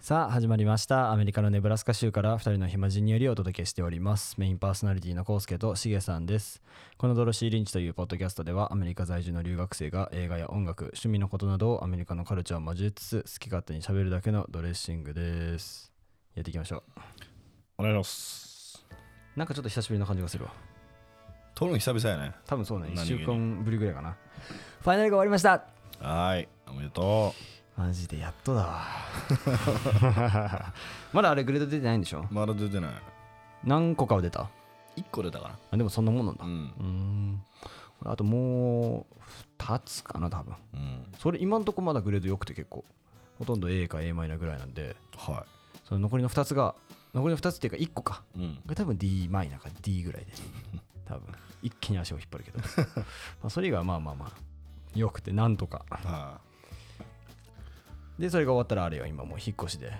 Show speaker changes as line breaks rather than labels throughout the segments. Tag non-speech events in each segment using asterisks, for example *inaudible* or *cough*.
さあ始まりましたアメリカのネブラスカ州から2人の暇人によりお届けしておりますメインパーソナリティのコウスケとシゲさんですこのドロシー・リンチというポッドキャストではアメリカ在住の留学生が映画や音楽趣味のことなどをアメリカのカルチャーを交えつつ好き勝手に喋るだけのドレッシングですやっていきましょ
お願いします
うなんかちょっと久しぶりな感じがするわ
撮るの久々やね
多分そうね1
何気
週
に
間ぶりぐらいかなファイナルが終わりました
はーいおめでと
マジでやっとだ
*laughs*
わまだあれグレード出てないんでしょ
うまだ出てない
何個かは出た
1個出たか
あでもそんなもんなんだ
なうん
うーんこれあともう2つかな多分
うん
それ今んとこまだグレード良くて結構ほとんど A か a マイナーぐらいなんで
は
その残りの2つが残りの2つっていうか1個か
いうん
これ多分 d マイナーか D ぐらいで *laughs* 多分一気に足を引っ張るけ *laughs* どまあそれ以外はまあまあまあ良くてなんとか
は
でそれが終わったらあれよ今もう引っ越しで
い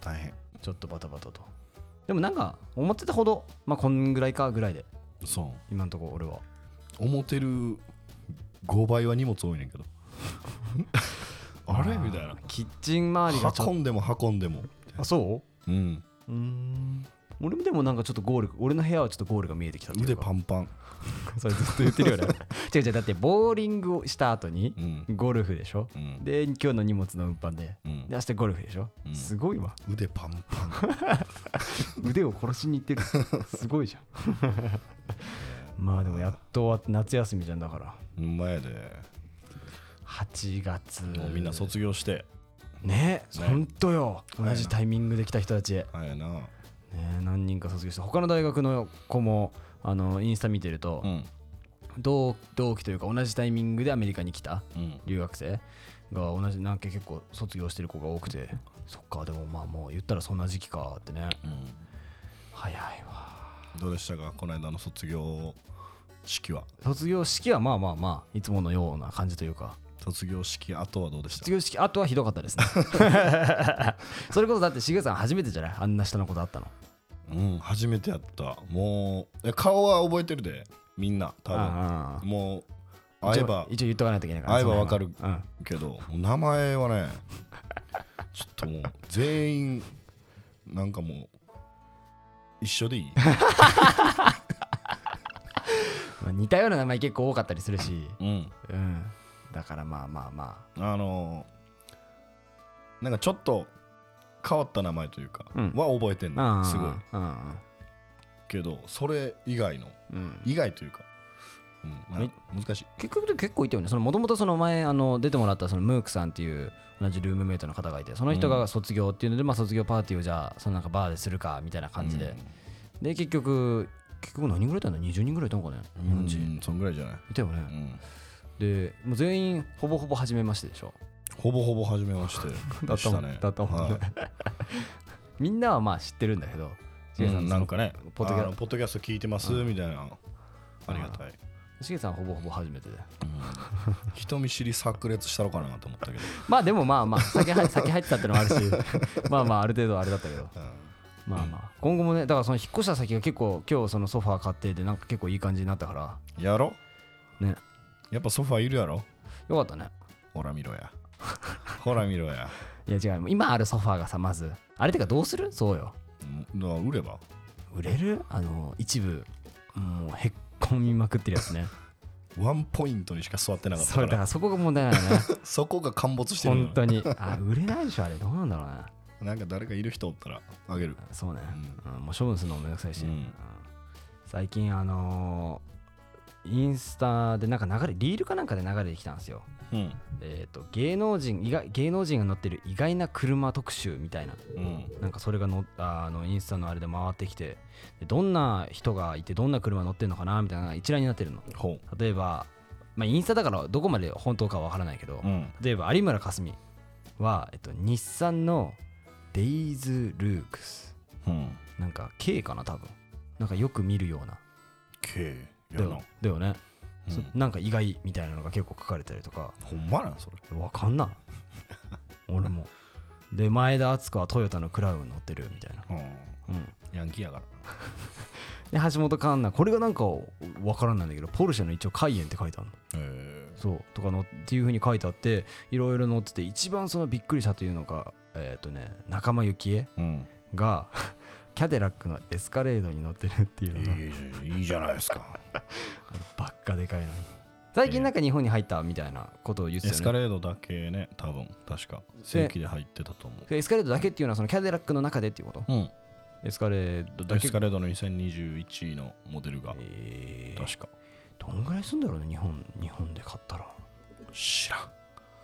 大変
ちょっとバタバタとでもなんか思ってたほどまあこんぐらいかぐらいで
そう
今んとこ俺は
思ってる5倍は荷物多いねんけど *laughs* あれみたいな
キッチン周りがちょっ
運んでも運んでも
とあそう
うん
うーん俺もでもなんかちょっとゴール俺の部屋はちょっとゴールが見えてきたっていうか
腕パンパン
それずっと言ってるよね *laughs* 違う違うだってボーリングをした後に
うん
ゴルフでしょ
うん
で今日の荷物の運搬で
うん
で明日ゴルフでしょ、
うん
すごいわ
腕パンパン
腕を殺しに行っ
*laughs*
てるすごいじゃんまあでもやっと終わって夏休みじゃんだから
うん前で
8月
もうみんな卒業して
ね
ね
ほんとよ
早いな
同じタイミングで来た人たち
あやな
ね何人か卒業して他の大学の子もあのインスタ見てると、
ん
同同期というか同じタイミングでアメリカに来た
うん
留学生が同じなんか結構卒業してる子が多くてそっかでもまあもう言ったらそんな時期かってね
うん
早いわ
どうでしたかこの間の卒業式は
卒業式はまあまあまあいつものような感じというか
卒業式後はどうでした
卒業式あとはひどかったです
*laughs*
ねそれこそだってしげさん初めてじゃないあんな下のことあったの
うん初めてやったもうえ顔は覚えてるでみんな多分
ああ
もう
ああ
会えば
一応一応言っとかないといけないから
会えば
その
わかる
辺は
けどもう名前はねちょっともう全員なんかもう一
*laughs*
緒でいい
うんまあ似たような名前結構多かったりするし
うん
うんだからまあまあま
あのなんかちょっと変わった名前というか、
うん
は覚えてん
ああ
の
あ
すごい
うんうん
けどそれ以外の
うん
以外というか、うん
み
まあ難しい
結局で結構いたよねもともとその前あの出てもらったそのムークさんっていう同じルームメイトの方がいてその人
う
が卒業っていうので、まあ、卒業パーティーをじゃあそのなんかバーでするかみたいな感じで、で結局結局何人ぐらいいたの20人ぐらいいたのかね
うん
日本人
うんそんぐらいじゃない、
いたよね、
うん
でもう全員ほぼほぼ初めましてでしょ
ほぼほぼ始めまし
*laughs*
て
だ
で
った
し
も
た
ん
ね
だったもんね
はい
みんなはまあ知ってるんだけどしげさ
うんん
そ
なん
の
かね
ポッドキャ
あのポッドキャスト聞いてますみたいなありがたい、
しげさんほぼほぼ初めてで
人見知り炸裂したのかなと思ったけど、 *laughs*
まあでもまあまあ酒入っ酒入ってたってのもあるしまあまあある程度あれだったけどまあまあ今後もねだからその引っ越した先が結構今日そのソファー買ってでなんか結構いい感じになったから
やろ
ね
やっぱソファーいるやろ
よかったね
ほら見ろ
*laughs*
やほら見ろや
いや違う今あるソファーがさまずあれてかどうするそうよ
うんだから売れば
売れるあの一部もうへっこみまくってるやつね
ワンポイントにしか座って *laughs* なかった
そ
か
うだかららそこが問題なの
*laughs*
ね
そこが陥没してる
本
の
当にあ売れないでしょあれどうなんだろうね
なんか誰かいる人おったらあげる
そうね、うんもう処分するのもめんどくさいし、
うん
うん最近あのーインスタでなんか流れリールかなんかで流れてきたんですよ
うん
えー、と芸能人意外芸能人が乗ってる意外な車特集みたいな
うん
なんかそれがのああのインスタのあれで回ってきてでどんな人がいてどんな車乗ってるのかなみたいなのが一覧になってるの
ほ
例えば、まあ、インスタだからどこまで本当かはわからないけど、
ううん
例えば有村架純は、えっと、日産のデイズ・ルークス
うん
なんか K かな多分なんかよく見るような
K や
だ
な、
よだよね、
うん
そなんか意外みたいなのが結構書かれたりとか
ほんまなんそれ
わかんない *laughs* 俺もで前田敦子はトヨタのクラウン乗ってるみたいな、
うん
うん、
ヤンキーやから
で橋本環奈これがなんかわからないんだけどポルシェの一応カイエンって書いてあるの
え
そうとかのっていう風に書いてあっていろいろ載ってて一番そのびっくりしたというのがえっ、とね仲間由紀恵
うん
が *laughs* キャデラックのエスカレードに乗ってるっていうのが
いいいいじゃないですか
ばっかでかいのに最近なんか日本に入ったみたいなことを言って
エ
た
ス
よ
カ
ね
レードだけね多分確か正規で入ってたと思う
エスカレードだけっていうのはそのキャデラックの中でっていうこと
うん
エスカレードだ
エ
け
スカレードの2021のモデルが
えー
確か
どんぐらいすんだろうね日本日本で買ったら
知らん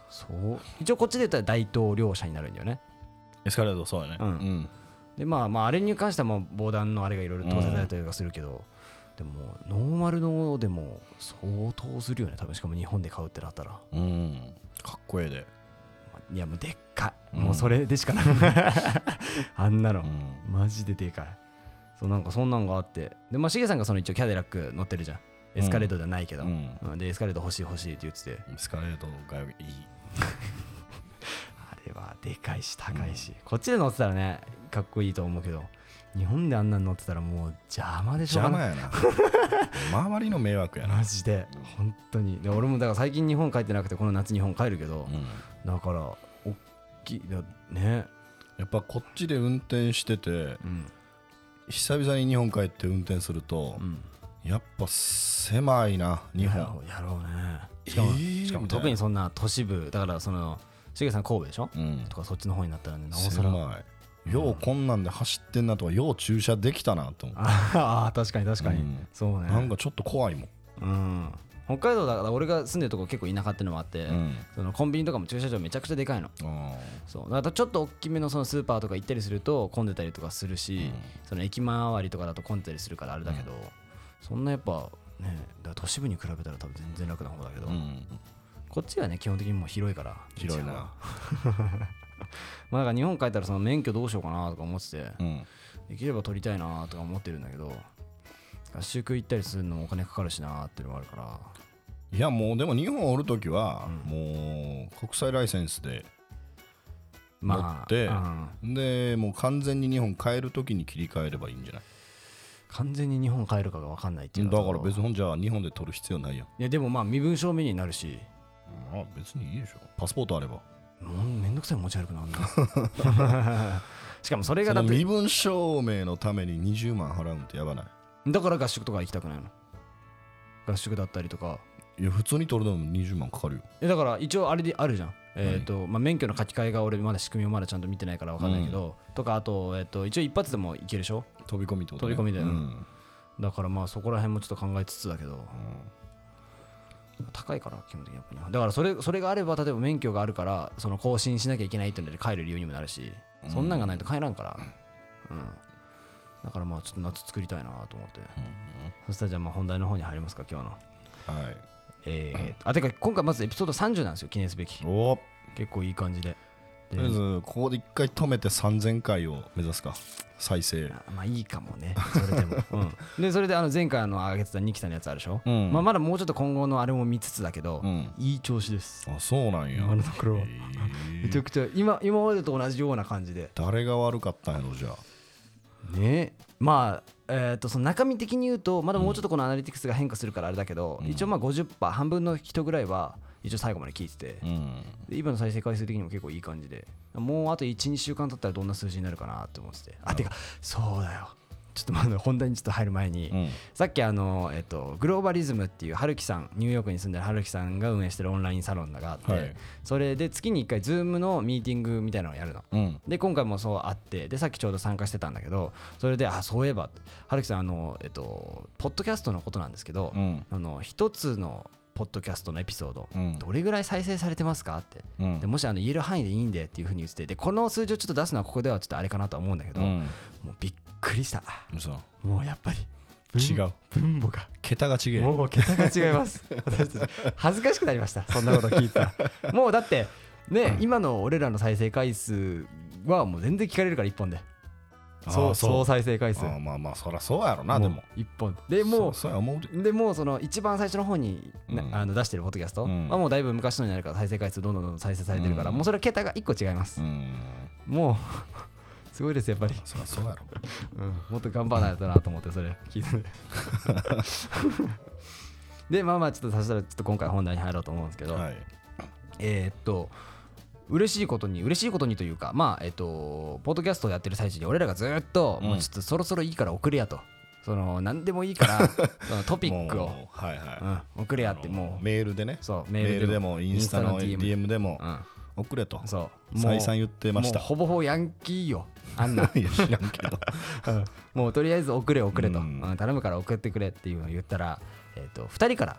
そう一応こっちで言ったら大統領車になるんだよね
エスカレードそうやね
うんでまあまああれに関してはもう防弾のあれがいろいろ搭載されたりとかするけど、でもノーマルのでも相当するよね多分しかも日本で買うってなったら、ま
うん、うん、かっこええで、
あいやもうでっかい、
うん
もうそれでしかない *laughs* あんなの、
うん、
マジででかいそうなんかそんなんがあってでまあしげさんがその一応キャデラック乗ってるじゃんエスカレードじゃないけど、
うん
うんでエスカレード欲しい欲しいって言ってて
エスカレードがいい
あれはでかいし高いし、こっちで乗ってたらねかっこいいと思うけど日本であんなの乗ってたらもう邪魔でしょう
邪
がな
魔
い
やな周りの迷惑やな、
マジで本当にで俺もだから最近日本帰ってなくてこの夏日本帰るけど、
うん、
だからおっきいだね
やっぱこっちで運転してて
うん
久々に日本帰って運転すると、
うん
やっぱ狭いな日
やろ
本
うやろうねしかも,、
えー
しかも
みたいな
特にそんな都市部だからそのしげさん神戸でしょ、
うん
とかそっちの方になったらねなおさら
狭いようこんなんで走ってんなとかよう駐車できたなと思って
*laughs* ああ確かに確かに、
うん
そうね
なんかちょっと怖いも
う
ん、
ん北海道だから俺が住んでるとこ結構田舎ってのもあって、
うん
そのコンビニとかも駐車場めちゃくちゃでかいの
あ
そうだからちょっと大きめのそのスーパーとか行ったりすると混んでたりとかするし、
ー
その駅周りとかだと混んでたりするからあれだけど、そんなやっぱねだから都市部に比べたら多分全然楽な方だけど、
うんうん
こっちはね基本的にもう広いから
広い
道は
な、
まあ、だから日本帰ったらその免許どうしようかなとか思ってて、
うん、
できれば取りたいなとか思ってるんだけど合宿行ったりするのもお金かかるしなっていうのもあるから
いやもうでも日本おる時は、もう国際ライセンスで
まあ
持って
うん
でもう完全に日本帰る時に切り替えればいいんじゃない
完全に日本帰るかが分かんないっていう
だ
のと
から別にほんじゃあ日本で取る必要ないやん
いやでもまあ身分証明になるし
まあ別にいいでしょパスポートあれば
もうめんどくさい持ち歩くなあん
*laughs*
なしかもそれ
そ
がだ
の
って
身分証明のために20万払うんってやばない
だから合宿とか行きたくないの合宿だったりとか
いや普通に取るのも20万かかるよ
えだから一応あれであるじゃんえっ、と、まあ、免許の書き換えが俺まだ仕組みをまだちゃんと見てないから分かんないけど、とかあと,、えっと一応一発でもいけるでしょ
飛び込みってこと、ね、
飛び込みだよ
うん
だからまあそこら辺もちょっと考えつつだけど、高いから基本的にやっぱりだからそれそれがあれば例えば免許があるからその更新しなきゃいけないっていうので帰る理由にもなるし、そんなんがないと帰らんから、うんだからまあちょっと夏作りたいなと思って、そしたらじゃあまあ本題の方に入りますか今日の
はい
えーあてか今回まずエピソード30なんですよ記念すべき
おと
結構いい感じでで
りあえずここで一回止めて3000回を目指すか再生
あまあいいかもねそれで *laughs* も、うん、でそれであの前回あの上げてたニキさんのやつあるでしょ、
うん
まあ、まだもうちょっと今後のあれも見つつだけど、
うん
いい調子です
あそうなんや
今のところは
へ
めち
え
ゃくちゃ今今までと同じような感じで
誰が悪かったんやろじゃあ
ねまあえー、とその中身的に言うとまだもうちょっとこのアナリティクスが変化するからあれだけど、一応まあ50%半分の人ぐらいは一応最後まで聞いてて、
うん
で今の再生回数的にも結構いい感じでもうあと12週間経ったらどんな数字になるかなって思っててあてかそうだよちょっとまだ本題にちょっと入る前に、
うん
さっきあの、えっと、グローバリズムっていう春樹さんニューヨークに住んでる春樹さんが運営してるオンラインサロンがあって、
はい
それで月に1回 Zoom のミーティングみたいなのをやるの。
うん
で今回もそうあってでさっきちょうど参加してたんだけどそれであそういえば春樹さんあのえっとポッドキャストのことなんですけど、
うん
あの一つのポッドキャストのエピソード、
うん
どれぐらい再生されてますかって、
うん
でもしあの言える範囲でいいんでっていうふうに言っててでこの数字をちょっと出すのはここではちょっとあれかなとは思うんだけど、
うん
もうびっくりした
嘘
もうやっぱり
違う
分母が
桁が違え
もう桁が違います
*laughs*
私たち恥ずかしくなりましたそんなこと聞いた
*laughs*
らもうだってね今の俺らの再生回数はもう全然聞かれるから1本で
あー
そう
そう
総再生回数
あまあまあそりゃそうやろなでも
1本でも
そうそうや思うで
うでもうその一番最初の方にな、
うん
あの出してるポッドキャスト、
うん
まあ、もうだいぶ昔のになるから再生回数どんどんどんどん再生されてるから、
うん
もうそれは桁が1個違います
う、ん
もう *laughs* すごいですやっぱり、
そりゃそうやろ *laughs*
うんもっと頑張らないとなと思ってそれ聞いてでまあまあちょっとそしたらちょっと今回本題に入ろうと思うんですけど、
はい
えーっと嬉しいことに嬉しいことにというかまあえっとポッドキャストをやってる最中に俺らがずーっと、
うん
もうちょっとそろそろいいから送れやとその何でもいいから
*laughs*
そのトピックを、
もうはいはい、
うん、送れやってもう
メールでね
そう
メ
メールでも
ールでもインスタの
インスタの DM
DM でも
うん
送れと
そうもう
再三言ってまし
もう
た
ほぼほぼヤンキーよあんな
いや知らんけど
うんもうとりあえず送れ送れと、
うん
うん頼むから送ってくれっていうのを言ったら、えっと2人から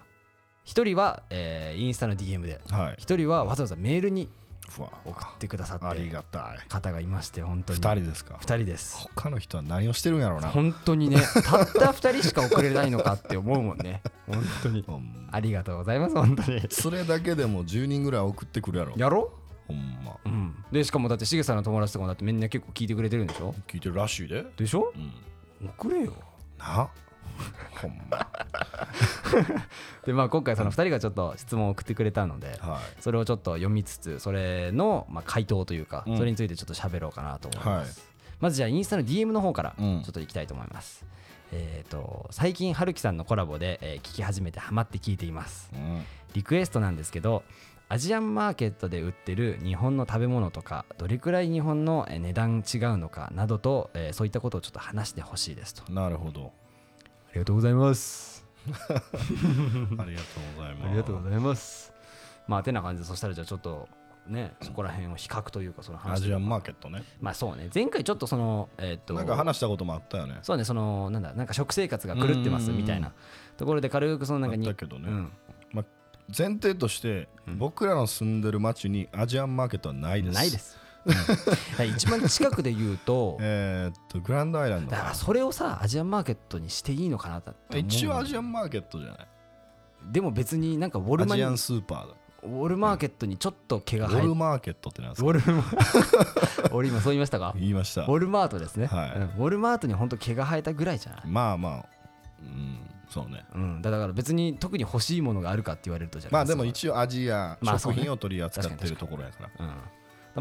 1人は、えーインスタの DM で
はい
1人はわざわざメールに
ふわ
送ってくださっ
あり
て
がたい
方がいまして本当
2
に
人ですか
二人です
他の人は何をしてるんやろうな
本当にねたった2人しか送れないのかって思うもんね本当に
ほんま
ありがとうございます本当に
それだけでも10人ぐらい送ってくるやろ
やろ
ほんま
うんでしかもだってしげさんの友達とかもだってみんな結構聞いてくれてるんでしょ
聞いてるらしいで
でしょ
うん
送れよ
な *laughs* ほんま
でまあ今回その2人がちょっと質問を送ってくれたので
は
それをちょっと読みつつそれのまあ回答というか
うん
それについてちょっと喋ろうかなと思い
い
ま
は
すまずじゃあインスタの DM の方からち
う
ょ
ん
っといきたいと思いますえっと最近はるきさんのコラボでえー聞き始めてハマって聞いています
いうん
リクエストなんですけどアジアンマーケットで売ってる日本の食べ物とかどれくらい日本のえー値段違うのかなどと、えーそういったことをちょっと話してほしいですとあ
なるほど
りがとうございます
ありがとうござ
ざい
います
ますまあてな感じでそしたらじゃあちょっとねそこら辺を比較というかその
ア
話
ジアンマーケットね
まあそうね前回ちょっとそのえーっと
なんか話したこともあったよね
そうねそのなんだなんか食生活が狂ってま
うんうん
す
うんうん
みたいなところで軽くそのなんかに
あったけどね
うん
前提として僕らの住んでる町にアジアンマーケットはないです
ない
*laughs*
です、うんだから一番近くで言うと
えーっとグランドアイランド
だからそれをさアジアンマーケットにしていいのかなって思う
一応アジアンマーケットじゃない
でも別になんかウォル
ア
マに
ジ
ウ
アンスーパーだ
ォルマーケットにちょっと毛が
ウォ
生え
ルマーケットってなんで
ウ
すか
ォルマ
*laughs*
俺今そう言いましたか
言いまし
ウ
た
ォルマートですね、
はい
うんウォルマートに本当毛が生えたぐらいじゃない、
まあまあうんそうね
うん、だだから別に特に欲しいものがあるかって言われるとじゃない
まあでも一応アジア
まあそう
食
ね
品を取り扱っ
確か
て
に
るところやから
うん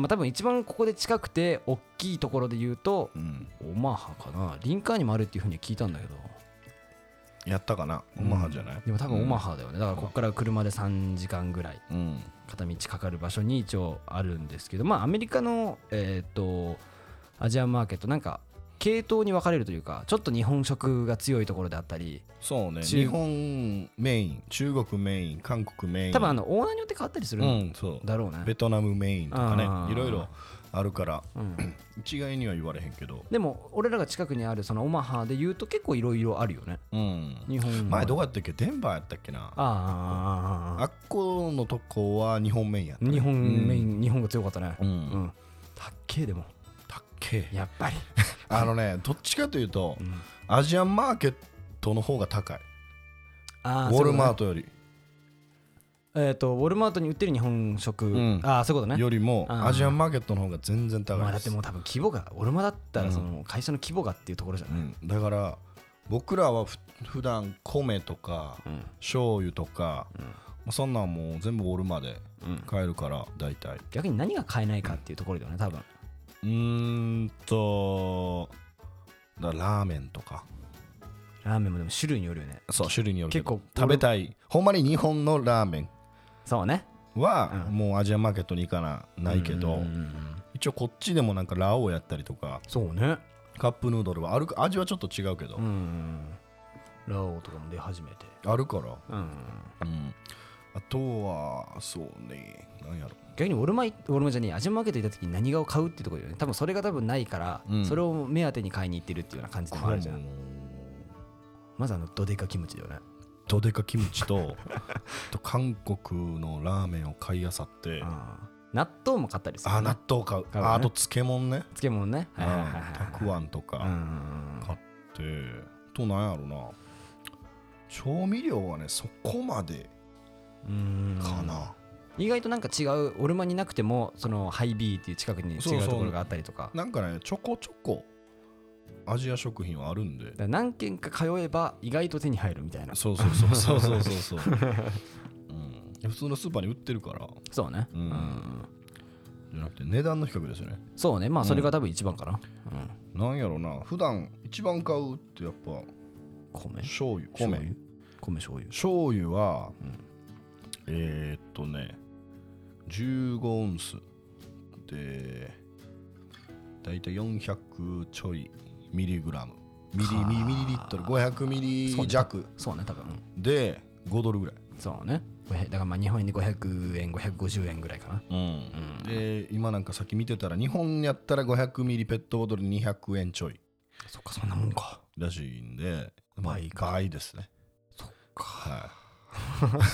まあ、多分一番ここで近くて大きいところで言うと
うん
オマハかなリンカーンにもあるっていうふうには聞いたんだけど
やったかなオマハじゃない
でも多分オマハだよね、だからここから車で3時間ぐらい
うん
片道かかる場所に一応あるんですけどまあアメリカのえっ、とアジアンマーケットなんか系統に分かれるというかちょっと日本食が強いところであったり
そうね
中
日本メイン中国メイン韓国メイン
多分あのオーナーによって変わったりする
うんんそう
だろうね、
ベトナムメインとか
あー
ねいろいろあるから
うん
一概には言われへんけど
でも俺らが近くにあるそのオマハで言うと結構いろいろあるよね
うん
日本
前どこ
こ
やったっけデンバーやったっけな
あああああ
あっこのとこは日本メインやったね
日本メイン、日本が強かったね
う
うんんたっけえでも
たっけ
やっぱり
あのねどっちかというとアジアンマーケットの方が高いウ
あ
ォルマー
ト
トより
えっとウォルマートに売ってる日本食
うん
ああそういうことね
よりも
あー
アジアンマーケットの方が全然高
まあ
い
だ
で
って
す
もう多分規模が俺もだったら
うん
その会社の規模がっていうところじゃ
う
ない、
んだから僕らはふ普段米とか
うん
醤油とか
うん
まあそんなんもう全部ウォルマで
うん
買えるから大体
逆に何が買えないかっていうところだよね多分
うーんとだからラーメンとか
ラーメンもでも種類によるよね
そう種類によるけど
結構
食べたいほんまに日本のラーメン
そうね
は
うん
もうアジアンマーケットに行かなないけ
うん
ど
うんうん
一応こっちでもなんかラオウやったりとか
そうね
カップヌードルはある味はちょっと違うけど
うんうんうんラオウとかも出始めて
あるから
うんうんうん
うんあとはそうねなんやろ
逆に俺も俺もじゃねえアジアンマーケット行った時に何がを買うってところだよね多分それが多分ないから、
うん
それを目当てに買いに行ってるっていうような感じでもあるじゃん
これも
まずあのドデカキムチだよね
ドデカキム
*laughs*
チとと韓国のラーメンを買いあさって
うん納豆も買ったりする、ね、
あ納豆買う
買うね
ああと漬物ね
漬物ね
う
は
ん
いはいはい
たくあんと
はいうんうんう
か
んうん
買ってあとなんやろな調味料はねそこまで
うん
かな
意外となんか違うオルマになくてもそのハイビーっていう近くに違う
そうそう
ところがあったりとか
なんかねちょこちょこアジア食品はあるんで
だから何軒か通えば意外と手に入るみたいな
そうそうそうそうそうそう *laughs* そう、うん、普通のスーパーに売ってるから
そうね、
うんじゃなくて値段の比較ですよね
そうねまあそれが多分一番かな、うん
なんやろな普段一番買うってやっぱ
米
醤油
醤
米
油米醤油
醤油は、えーっとね15オンスでだいたい400ちょいミリグラムミリ
はあ
ミリミリリットル500ミリ弱
そうね多分
で5ドルぐらい、
そうね500だからまあ日本円で500円550円ぐらいかな
で今なんかさっき見てたら日本やったら500ミリペットボトル200円ちょい
そっかそんなもんから
しいんでまあ
倍か
倍ですね
そっか
は
*laughs*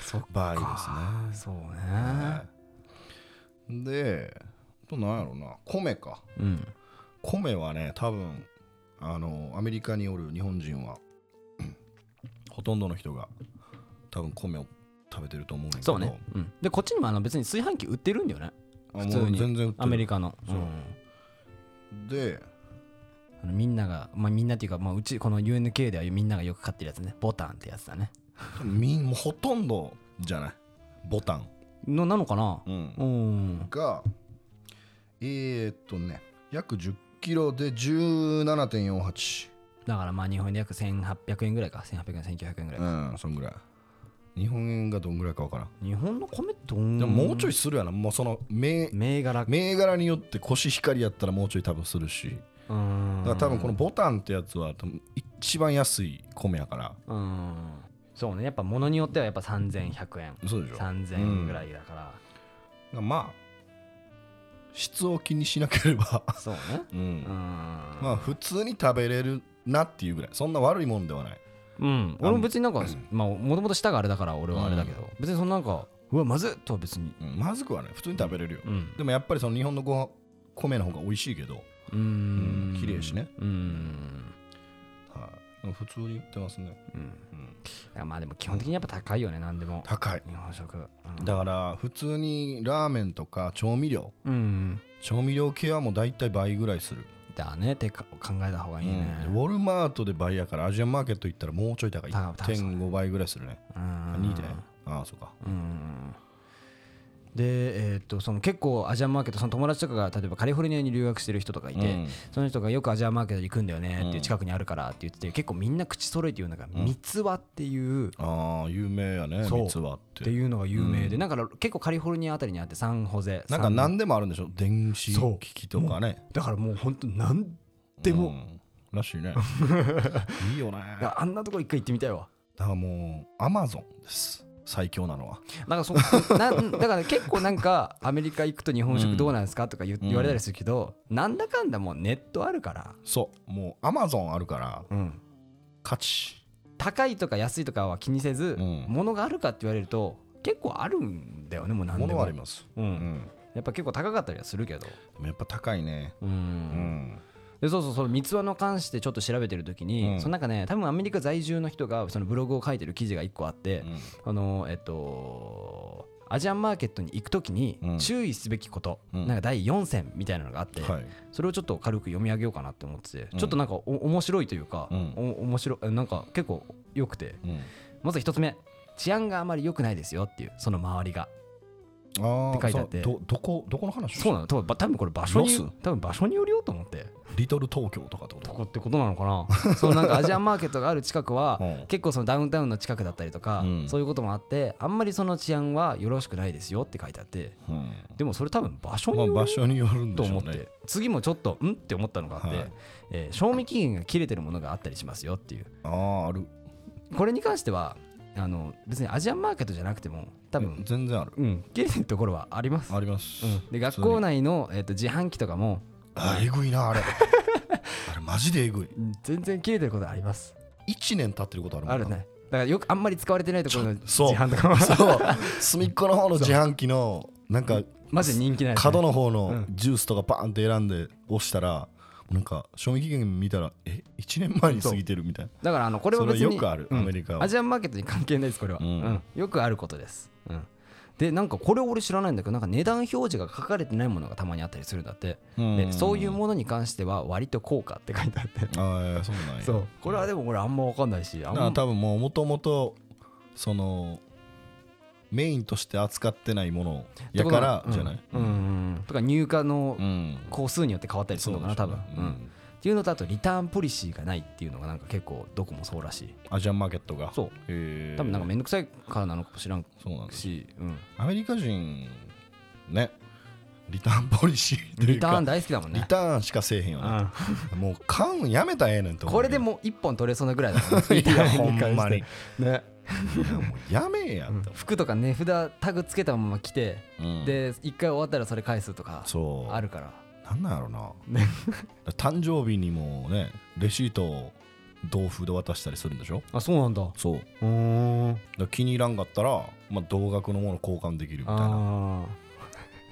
そっか
い倍です
そ
ね
うね、
はいであとなんやろうな米か
うん
米はね多分あのアメリカにおる日本人はうんほとんどの人が多分米を食べてると思うんだけど
そうね、うん、でこっちにもあの別に炊飯器売ってるんだよね
あもう
普通に
全然売ってる
アメリカの
そうんで
あのみんなが、まあ、みんなっていうか、まあ、うちこの UNK ではみんながよく買ってるやつねボタンってやつだね
みんもうほとんどじゃないボタン、
のなのかな
うん
うん
がえー、っとね約1 0キロで17.48
だからまあ日本円で約1800円ぐらいか1800円1900円ぐらい、
うんそんぐらい日本円がどんぐらいかわからん
日本の米どん
でももうちょ
い
いするやなもうその銘
銘柄
銘柄によってコシヒカリやったらもうちょい多分するし
うん
だから多分このボタンってやつは多分一番安い米やから
うんそうねやっぱ物によってはやっぱ3100円
そうでしょ
3000円ぐらいだから、
まあ質を気にしなければ
そうね
うん、
うん
まあ普通に食べれるなっていうぐらいそんな悪いもんではない
うん、俺も別になんか、まあもともと舌があれだから俺はあれだけど、別にそのなんかうわまずっとは別に
うんまずくはね普通に食べれるよ、
うん
でもやっぱりその日本のご飯米の方が美味しいけど、
うーん
綺麗しね
うん
はい普通に売ってますね、
うん
うん
だからまあでも基本的にやっぱ高いよね何でも
高い
日本食うん
だから普通にラーメンとか調味料
うん
調味料系はもう大体倍ぐらいする、
だねってか考えた方がいいね
うんでウォルマートで倍やからアジアンマーケット行ったらもうちょい高い
高い高い
1.5倍ぐらいするね
うん
2点ああそうか
うんでえーっとその結構アジアンマーケットその友達とかが例えばカリフォルニアに留学してる人とかいて、
うん
その人がよくアジアンマーケット行くんだよねっていう近くにあるからって言ってて結構みんな口揃えて言うのが三つ葉っていう
ああ有名やね
そう
三つ葉っ
って
て
いうのが有名で、なんか結構カリフォルニアあたりにあってサンホゼサ
なんか
ン
何でもあるんでしょ電子
そう
機器とかね
だからもう本当なんで
う
も、
んらしい
*laughs*
ねいいよね
いやあんなとこ一回行ってみたいわ
だからもうアマゾンです最強なのは
なんかそ *laughs* なんだから結構なんかアメリカ行くと日本食どうなんですかとか言,、言われたりするけどなんだかんだもうネットあるから、
そうもうアマゾンあるから
うん、
価値
高いとか安いとかは気にせず、
うん
物があるかって言われると結構あるんだよねもう何で
も
も
のはあります
う、
うんん
やっぱ結構高かったりはするけど
でもやっぱ高いね
うん、
うん
でそうそうその三つ輪の関してちょっと調べてる時に、
うん
その中ね多分アメリカ在住の人がそのブログを書いてる記事が一個あって、
うん
あのえっとアジアンマーケットに行くときに
うん
注意すべきこと、
うん
なんか第4選みたいなのがあって、
はい
それをちょっと軽く読み上げようかなって思ってて、
うん
ちょっとなんかお面白いというか、
うん
お面白いなんか結構良くて
うん
まず一つ目治安があまり良くないですよっていうその周りが
あ
って書いてあって
そうどどこどこの話
そうなの多分多分これ場所
ロス
に多分場所によるよと思って
リトル東京とかってこと
とこってことなのかな *laughs* そのなんかアジアンマーケットがある近く *laughs* は、
うん
結構そのダウンタウンの近くだったりとか、
うん
そういうこともあってあんまりその治安はよろしくないですよって書いてあってでもそれ多分場所に
まあ
よる
場所によるん
と
でしょ
思
う
って、
ね
次もちょっとんって思ったのがあって、
はい
えー賞味期限が切れてるものがあったりしますよっていう
ああある
これに関してはあの別にアジアンマーケットじゃなくても多分、
全然ある
うん、切れてるところはあります、
あります
うん、で学
普通
校
に
内の、えー、と自販機とかも
あえぐ
*laughs*
いなあれあれマジでえぐい
うん全然切れてることあります
1年経ってることあるもん
あるねだからよくあんまり使われてないところの自
そう
販とかも
そう隅っこの方の自販機のなんか
マジで人気ない、ね、
角の方のジュースとかバーンって選んで押したらなんか賞味期限見たらえ1年前に過ぎてるみたいな
だからあのこれは
それ
別に
よくある
うん
アメリカは
アジアンマーケットに関係ないですこれは、う
うんん
よくあることです、うん、でなんかこれ俺知らないんだけどなんか値段表示が書かれてないものがたまにあったりするんだってでそういうものに関しては割と高価って書いてあって
ああそうなん
*laughs*
や
そうこれはでも俺あんま分かんないしあ
だ
ん
から
ま
多分もうもともとそのメインとして扱ってないものやからじゃない
うんうんうんとか入荷の
うん
個数によって変わったりするのかな多分、
そうでし
う
ょうんね
っていうのとあとリターンポリシーがないっていうのがなんか結構どこもそうらしい
アジアンマーケットが
そう
えー
多分なんか面倒くさいからなのかもしらん
そうなんです
し、うん、
アメリカ人ねリターンポリシーとい
リ
う
タ
か
ーン大好きだもん
リ
ね
ターンしかせえへんよねもう買うんやめたらええねんと
うん
思う
これでもう一本取れそうなぐらいだ
*laughs*
もんねリターンに関
いやほんま
し
に
てね
もうやめえやと、
服とか値札タグつけたまま着て
うん
で一回終わったらそれ返すとか
そう
あるから
なんなんやろな
ね
誕生日にもねレシートを同封で渡したりするんでしょ
あそうなんだ
そうだか
うん
ら気に入らんかったら、まあ、同額のもの交換できるみたいな
あ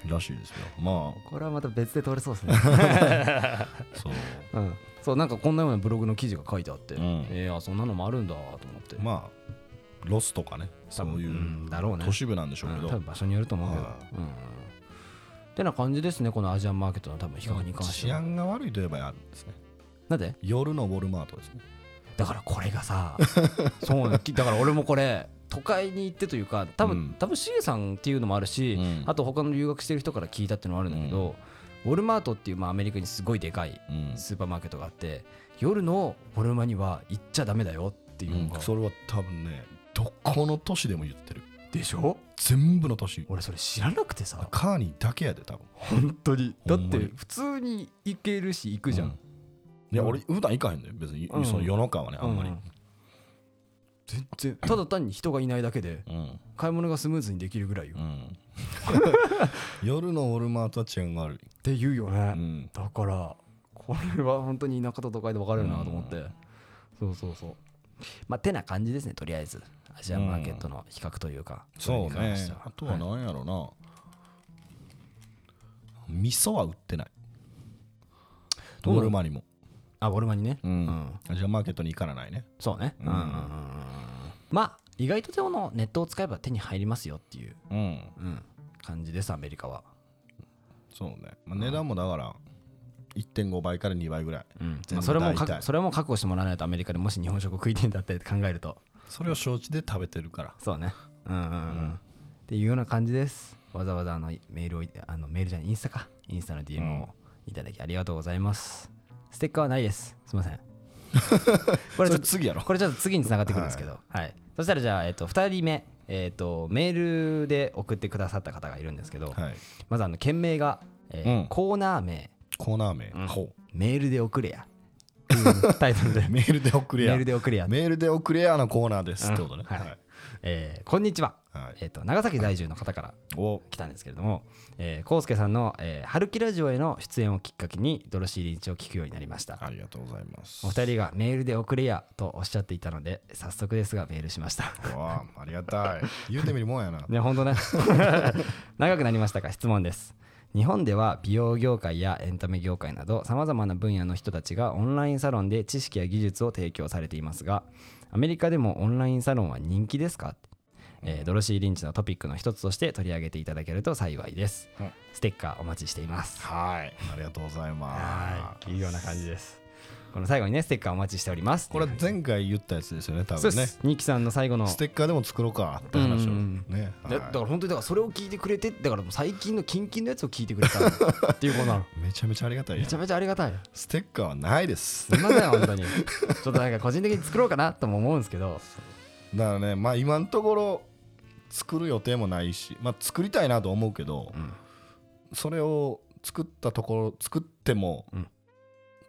らしいですよま
あこれはまた別で取れそう
*laughs*
ですね、
あそう
うん、そうなんかこんなようなブログの記事が書いてあって、
うん
えー、あそんなのもあるんだと思って
まあロスとかねそうい
うん
う
だろうね
都市部なんでしょうけ
うん
ど、
多分場所によると思うけど、
はい
うんってな感じですねこのアジアンマーケットの多分比較に関して
治
は
安が悪いといえばあるんですね
なんで
夜のウォルマートですね
だからこれがさ *laughs* そうなのきだから俺もこれ都会に行ってというか多分、
うん
多分シゲさんっていうのもあるし、
うん
あと他の留学してる人から聞いたっていうのもあるんだけど、ウォルマートっていう、まあ、アメリカにすごいでかい
うん
スーパーマーケットがあって夜のウォルマには行っちゃダメだよっていうのが、
うんそれは多分ねどこの都市でも言ってる
でしょ
全部の都市
俺それ知らなくてさ
カーニーだけやで多分
本当にだ
ほ
っ
んまに
て普通に行けるし行くじゃん、
ういや
うん
俺普段行かへんで別に、
うん
その夜中はねあんまり
う、全然ただ単に人がいないだけで
うん
買い物がスムーズにできるぐらいよ、
う
っ
*laughs* ん夜のウォルマートは治安が悪い、
て言うよね、
うん
だからこれは本当に田舎と都会で分かれるなと思って、
うん
そうそうそうまあてな感じですねとりあえずアジアンマーケットの比較というか、
そう
れに関
ね
して
あとは何やろうな、味噌は売ってない
どうな
ウ
の
ォルマにも、
あボルマにね、
うん
うん
アジアンマーケットに行からないね
そうね、
うん
うんうんうんうんまあ意外とでもネットを使えば手に入りますよっていう、
うん
うん感じですアメリカは、
そうね、まあ、値段もだから1.5倍から2倍ぐらい
うん
全部
まあそれもか
大体
それも覚悟してもらわないとアメリカでもし日本食を食いてえんだって考えると
それを承知で食べてるから
そうね。うんうんうん。っていうような感じです。わざわざあのメールをい、あのメールじゃない、インスタか。インスタの DM をいただきありがとうございます。ステッカーはないです。すみま
*laughs*
せん。これちょっと、
次やろ
これちょっと次につながってくるんですけど。はい。そしたらじゃあ、えっと、2人目、えっと、メールで送ってくださった方がいるんですけど、
はい
まずあの、件名が、えー
うん
コーナー名、
コーナー名、
ん
ほ
メールで送れや。っていうタイトルで
う、メールで送れ
メ
や
ールで送れや。
メールで送れやのコーナーです、
うん
ってことね
はい
はい、
えーこんにちは。
はい
えっと、長崎在住の方から
お
来たんですけれども、えー、康介さんの、えー、春樹ラジオへの出演をきっかけにドロシー・リンチを聞くようになりました
ありがとうございます
お二人がメールで送れやとおっしゃっていたので早速ですがメールしました
わあありがたい言うてみるもんやな、
ね本当ね *laughs* 長くなりましたが質問です日本では美容業界やエンタメ業界などさまざまな分野の人たちがオンラインサロンで知識や技術を提供されていますがアメリカでもオンラインサロンは人気ですか、えードロシー・リンチのトピックの一つとして取り上げていただけると幸いです、
うん
ステッカーお待ちしています
はいありがとうございま
は
す
い、いうような感じです。この最後にね、ステッカーお待ちしております。
これ
っていうふうに
前回言ったやつですよね多
そう
分
で
ね
す。ニキさんの最後の。
ステッカーでも作ろうかって話を
うん
ね、は
だだから本当にだからそれを聞いてくれてだからもう最近のキンキンのやつを聞いてくれた *laughs* っていうことなの
い、めちゃめちゃありがたいや
め
ん
ちゃめちゃありがたい
ステッカーはないです
すいません本 *laughs* 当にちょっとなんか個人的に作ろうかなとも思うんですけど
だからねまあ今のところ作る予定もないし、まあ、作りたいなと思うけど、
うん
それを作ったところ作っても、
うん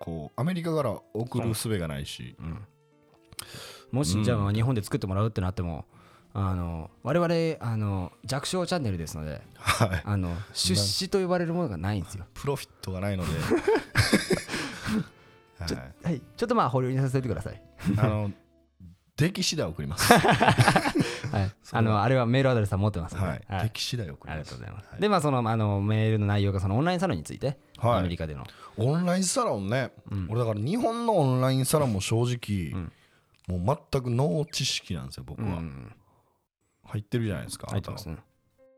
こうアメリカから送る術がないし、
うんも
う
し
ん
じゃあまあ日本で作ってもらうってなってもあの我々あの弱小チャンネルですので
はい、
あの出資と呼ばれるものがないんですよ
プロフィットがないので、
*laughs* ちょ
はい
はいちょっとまあ保留にさせてください
あの出来次第送ります、は
*laughs* はい、
そう
あのあれはメールアドレスは持ってますので、
い
はい
出来次第送
あ
り
りが
ます
とうございます。
は
で、まあ、そのあのメールの内容がそのオンラインサロンについて、
はい
アメリカでの。
オンラインサロンね、
うん
俺だから日本のオンラインサロンも正直、
うん
もう全くノー知識なんですよ僕
う
は、
ん、
入ってるじゃないですか
入ってます
あな
ね。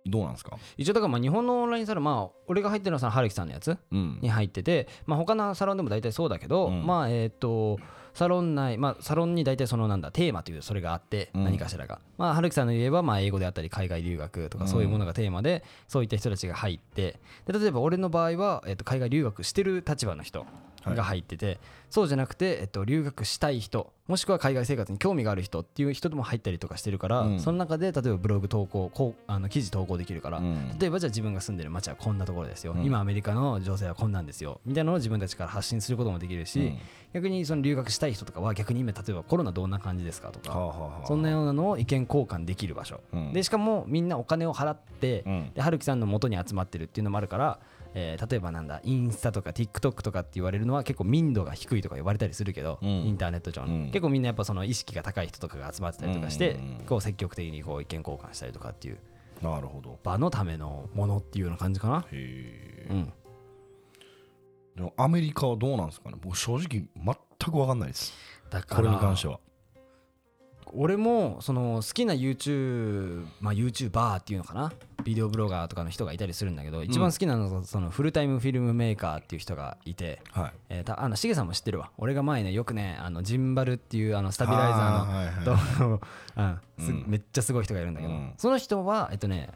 たどうなんですか
一応、だからまあ日本のオンラインサロン、まあ、俺が入ってるのはその春樹さんのやつ
うん
に入ってて、まあ他のサロンでも大体そうだけど、
うん
まあ、えっ、と、サロン内、まあ、サロンに大体そのなんだ、テーマというそれがあって、
うん
何かしらが。まあ、春樹さんの言えば、まあ、英語であったり、海外留学とか、そういうものがテーマで、そういった人たちが入って、で例えば俺の場合は、えっと海外留学してる立場の人。
はい
が入ってて、そうじゃなくて、えっと、留学したい人もしくは海外生活に興味がある人っていう人でも入ったりとかしてるから、
うん
その中で例えばブログ投稿こうあの記事投稿できるから、
うん
例えばじゃあ自分が住んでる街はこんなところですよ、
うん
今アメリカの情勢はこんなんですよみたいなのを自分たちから発信することもできるし、
うん
逆にその留学したい人とかは逆に今例えばコロナどんな感じですかと
はあ
か
はあはあ
そんなようなのを意見交換できる場所、
うん
でしかもみんなお金を払って、
うん
で春樹さんの元に集まってるっていうのもあるから、えー例えばなんだインスタとか TikTok とかって言われるのは結構民度が低いとか呼ばれたりするけど、
うん
インターネット上の、
うん
結構みんなやっぱその意識が高い人とかが集まってたりとかして、
うんうんうん
こう積極的にこう意見交換したりとかっていう
なるほど
場のためのものっていうような感じかな。
へえ
うん、
でもアメリカはどうなんですかね僕正直全く分かんないです
だから
これに関しては
俺もその好きな YouTube、まあ、YouTuber っていうのかなビデオブロガーとかの人がいたりするんだけど一番好きなのがそのフルタイムフィルムメーカーっていう人がいて、
はい
えーたあのシゲさんも知ってるわ俺が前ねよくねあのジンバルっていうあのスタビライザーの
はいはいはい
どううんす
うん
めっちゃすごい人がいるんだけど、
うん
その人はえっとね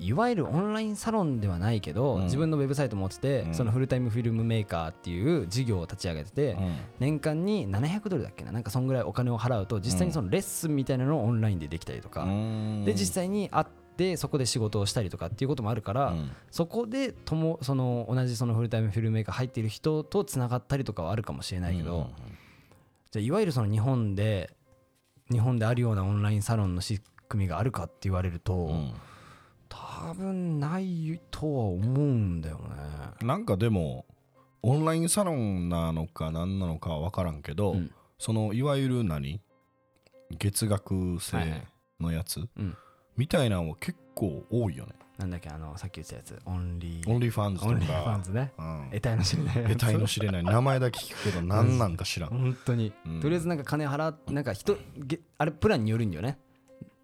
いわゆるオンラインサロンではないけど、
うん
自分のウェブサイト持ってて、
うん
そのフルタイムフィルムメーカーっていう事業を立ち上げてて、
うん
年間に700ドルだっけななんかそんぐらいお金を払うと実際にそのレッスンみたいなのをオンラインでできたりとか、
うん
で実際に会ってそこで仕事をしたりとかっていうこともあるから、
うん
そこでともその同じそのフルタイムフィルムメーカー入っている人とつながったりとかはあるかもしれないけど、
うんうん
じゃあいわゆるその日本で日本であるようなオンラインサロンの仕組みがあるかって言われると、
うん
多分ないとは思うんだよね。
なんかでもオンラインサロンなのか何なのかは分からんけど、
うん
そのいわゆる何月額制
はいはい
のやつ、
うん
みたいなのは結構多いよね。
なんだっけあのさっき言ってたやつオンリー
オンリーファンズ
オンリ
と
ーファン
か、
ズね
うん
得体の知れないやつ
*laughs* 得体の知れない名前だけ聞くけど何なんか知らん。
本当に、
うん
とりあえずなんか金払っなんか人げあれプランによるんだよね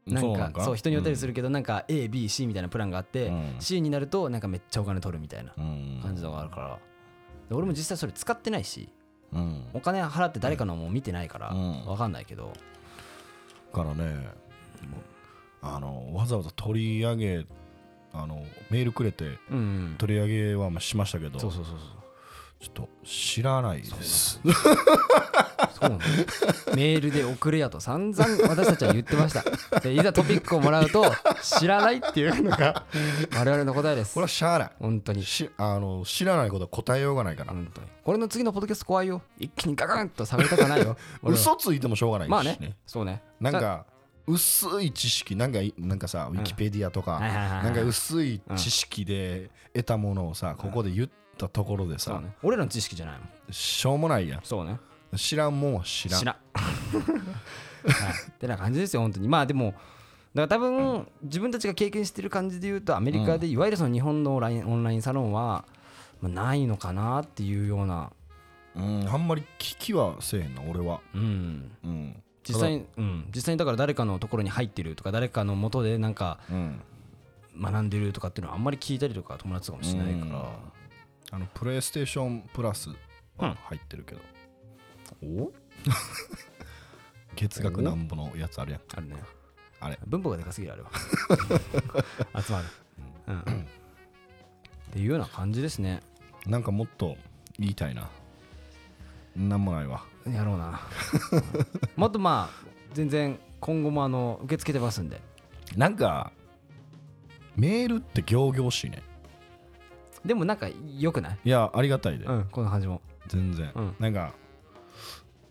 なんかそう人によったりす
る
るけど、なんか ABC みたいなプランがあって、C になるとなんかめっちゃお金取るみたいな感じのがあるから、で俺も実際それ使ってないし
ら。うん
お金払って誰かのも見てないから、
うん
わかんないけど、
からねもうあのわざわざ取り上げあのメールくれて
うんうん
取り上げはまあしましたけど
そうそうそう
ちょっと知らないです。
そうそう
*laughs*
なのメールで送れやと散々私たちは言ってましたでいざトピックをもらうと知らないっていうの
*laughs*
が我々の答えです
これはしゃあない。
本当に
しあの知らないことは答えようがないから、
本当にこれの次のポッドキャスト怖いよ一気にガガンと下げたくないよ俺は
*laughs* 嘘ついてもしょうがないし、
まあねそうね
なんか薄い知識なんかいなんかさウィキペディアとか、
はいはいはいはい
なんか薄い知識で得たものをさここで言ったところで
そ
さ
う、ね俺らの知識じゃないもん
しょうもないやん
そうね
知らんもんは知らん
知らん *laughs* はいってな感じですよ本当にまあでもだから多分自分たちが経験してる感じで言うとアメリカでいわゆるその日本のオンラインオンラインサロンはまあないのかなっていうような
うんあんまり聞きはせえへんな俺は、
うん
うん
実際に、うん、実際にだから誰かのところに入ってるとか誰かの元でなんか
うん、
学んでるとかっていうのはあんまり聞いたりとか友達とかもしないから、
うんあのプレイステーションプラス
うん
は入ってるけど、
お
*laughs* 月額なんぼのやつあるやん
あるね
あれ
文法がでかすぎる
*laughs*
あれは集まる、うん、っていうような感じですね
なんかもっと言いたいな。なんもないわ。
やろう
*laughs*
なもっとまあ全然今後もあの受け付けてますんで
なんか、メールって行々しいね。
でもなんか良くない、
いや、ありがたいで、
うん、この感じも
全然、
うん
なんか、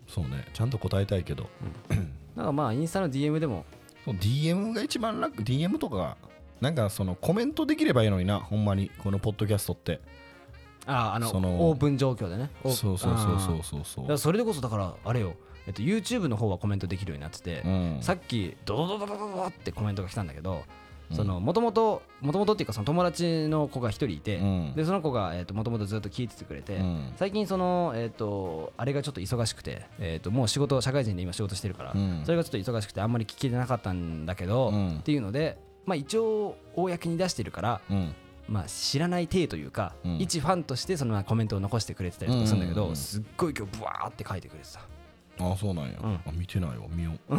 そうね、ちゃんと答えたいけど、
なんかまあインスタの DM でも
そう DM が一番楽、DM とかが、なんかそのコメントできればいいのにな、ほんまに、このポッドキャストって。
あああの
その
オープン状況でねオープン
そうそうそうそ
あー
うそうそ
だ
う
から。それでこそだからあれよ、えっと、YouTube の方はコメントできるようになってて、
うん
さっきドドドドドドドってコメントが来たんだけどもともともとっていうかその友達の子が一人いて、
うん
でその子がもともとずっと聞いててくれて、
うん
最近その、えー、とあれがちょっと忙しくて、えー、ともう仕事社会人で今仕事してるから、
うん
それがちょっと忙しくてあんまり聞けてなかったんだけど、
うん
っていうので、まあ、一応公に出してるから、
うん
まあ、知らない体というか、
うん
一ファンとしてそのコメントを残してくれてたりとかするんだけど、
うんうんうん
すっごい今日ブワーって書いてくれてた。 *laughs*
ああそうなんや、
うん
あ見てないわ見よう、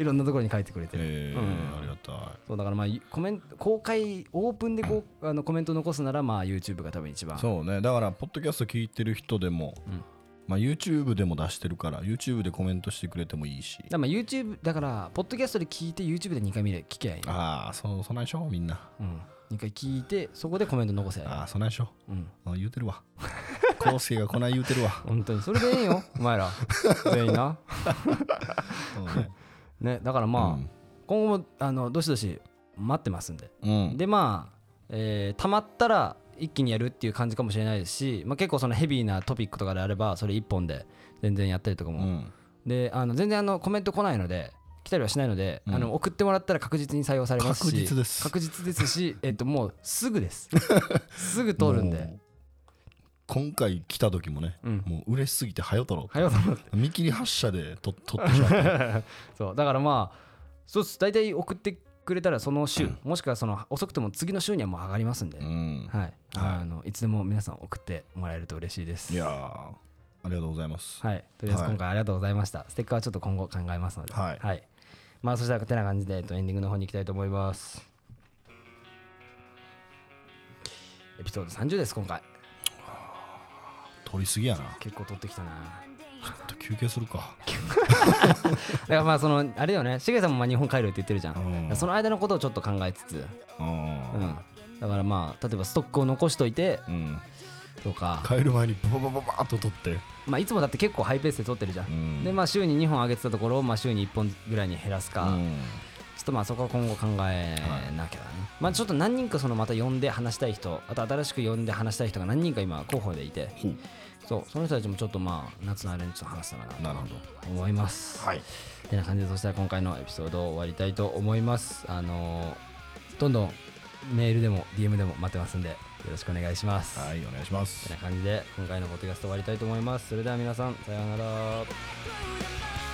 いろんなところに書いてくれてる、
えー
うん
ありがたい
そうだからまあコメント公開オープンでこうあのコメント残すならまあ YouTube が多分一番
そうねだからポッドキャスト聞いてる人でも、
うん
まあ、YouTube でも出してるから YouTube でコメントしてくれてもいいし
だからまあ YouTube だからポッドキャストで聞いて YouTube で2回見れ聞けばいいの
ああそうそないしょみんな
うん、2回聞いてそこでコメント残せばいい
ああそないしょ
うん
あ言うてる
*laughs*
わ康介がこない言うてるわ、
本当にそれでいいよ *laughs* お前ら全員な、
そう
*laughs*
ね
ね、だからまあ、今後もあのどしどし待ってますんで、
うん、うん
でまあ、えー、たまったら一気にやるっていう感じかもしれないですし、まあ、結構そのヘビーなトピックとかであればそれ一本で全然やったりとか
う
も、
ん
であの全然あのコメント来ないので来たりはしないので、
うん
あの送ってもらったら確実に採用されますし
確実です
確実です
*laughs*
し、えっと、もうすぐですすぐ通るんで
もう今回来た時もね、
うん
もう嬉しすぎて早取ろ
早うと思って
う見切り発車でと取ってし
*laughs*
まった
そうだからまあそうっす大体送ってくれたらその週、もしくはその遅くても次の週にはもう上がりますんで、
うん
はい、あのいつでも皆さん送ってもらえると嬉しいです
いやーありがとうございます、
はいとりあえず
はい
今回ありがとうございました、ステッカーはちょっと今後考えますので
はい
まあそしたらてな感じで、えっと、エンディングの方に行きたいと思いますエピソード30です今回
取りすぎやな
結構取ってきたな
ちょっと休憩するか
だからまあそのあれだよねしげさんもまあ日本帰るって言ってるじゃん、
うん
その間のことをちょっと考えつつ、
うん
うん、だからまあ例えばストックを残しといて
うん、
とか、
帰る前にババババーっと取って、
まあ、いつもだって結構ハイペースで撮ってるじゃん、
うん
でまあ週に2本上げてたところをまあ週に1本ぐらいに減らすか、ちょっとまあそこは今後考えなきゃだね、まあちょっと何人かそのまた呼んで話したい人あと新しく呼んで話したい人が何人か今候補でいて
ほう
そうその人たちもちょっとまあ夏の間にちょっと話したかな
なるほど
と思います
はい
てな感じでそしたら今回のエピソードを終わりたいと思いますあのーどんどんメールでも DM でも待ってますんでよろしくお願いします、
はいお願いします
てな感じで今回のポッドキャスト終わりたいと思いますそれでは皆さんさようなら
through the night.